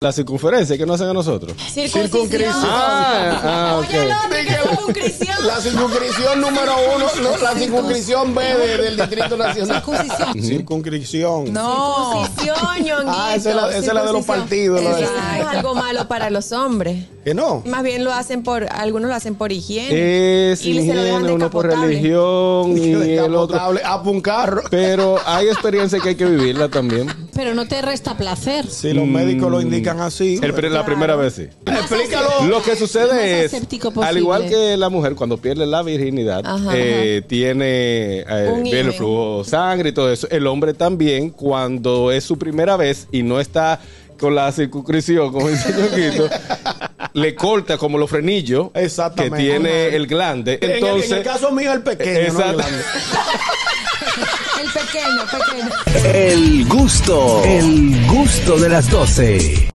La circunferencia que no hacen a nosotros. Circuncisión. Ah, ah, ok. Oye, no, de que circuncisión. La circunscripción número uno, no, la circunscripción B de- del Distrito Nacional. Ujú. Circunscripción. No. Circuncisión, ñonguito. Ah, esa es la- esa es la de los circuncisión. partidos, la de- Eso no es algo malo para los hombres. Que no. Más bien lo hacen por, algunos lo hacen por higiene. Es se lo dejan higiene, uno por descapotable. religión y el otro. Descapotable, apa un carro. Pero hay experiencia que hay que vivirla también. Pero no te resta placer. Si los médicos lo indican así. El pri- la primera vez sí. Explícalo. Lo que sucede es, aséptico posible. al igual que la mujer cuando pierde la virginidad, Ajá, eh, tiene eh, Un viene el himen. flujo de sangre y todo eso. El hombre también, cuando es su primera vez y no está con la circunscripción, como dice Ñonguito, le corta como los frenillos que Exactamente. tiene el glande. En el- Entonces, en, el, caso mío, el pequeño. Exacto. No el grande. El pequeño, pequeño. El gusto, el gusto de las doce.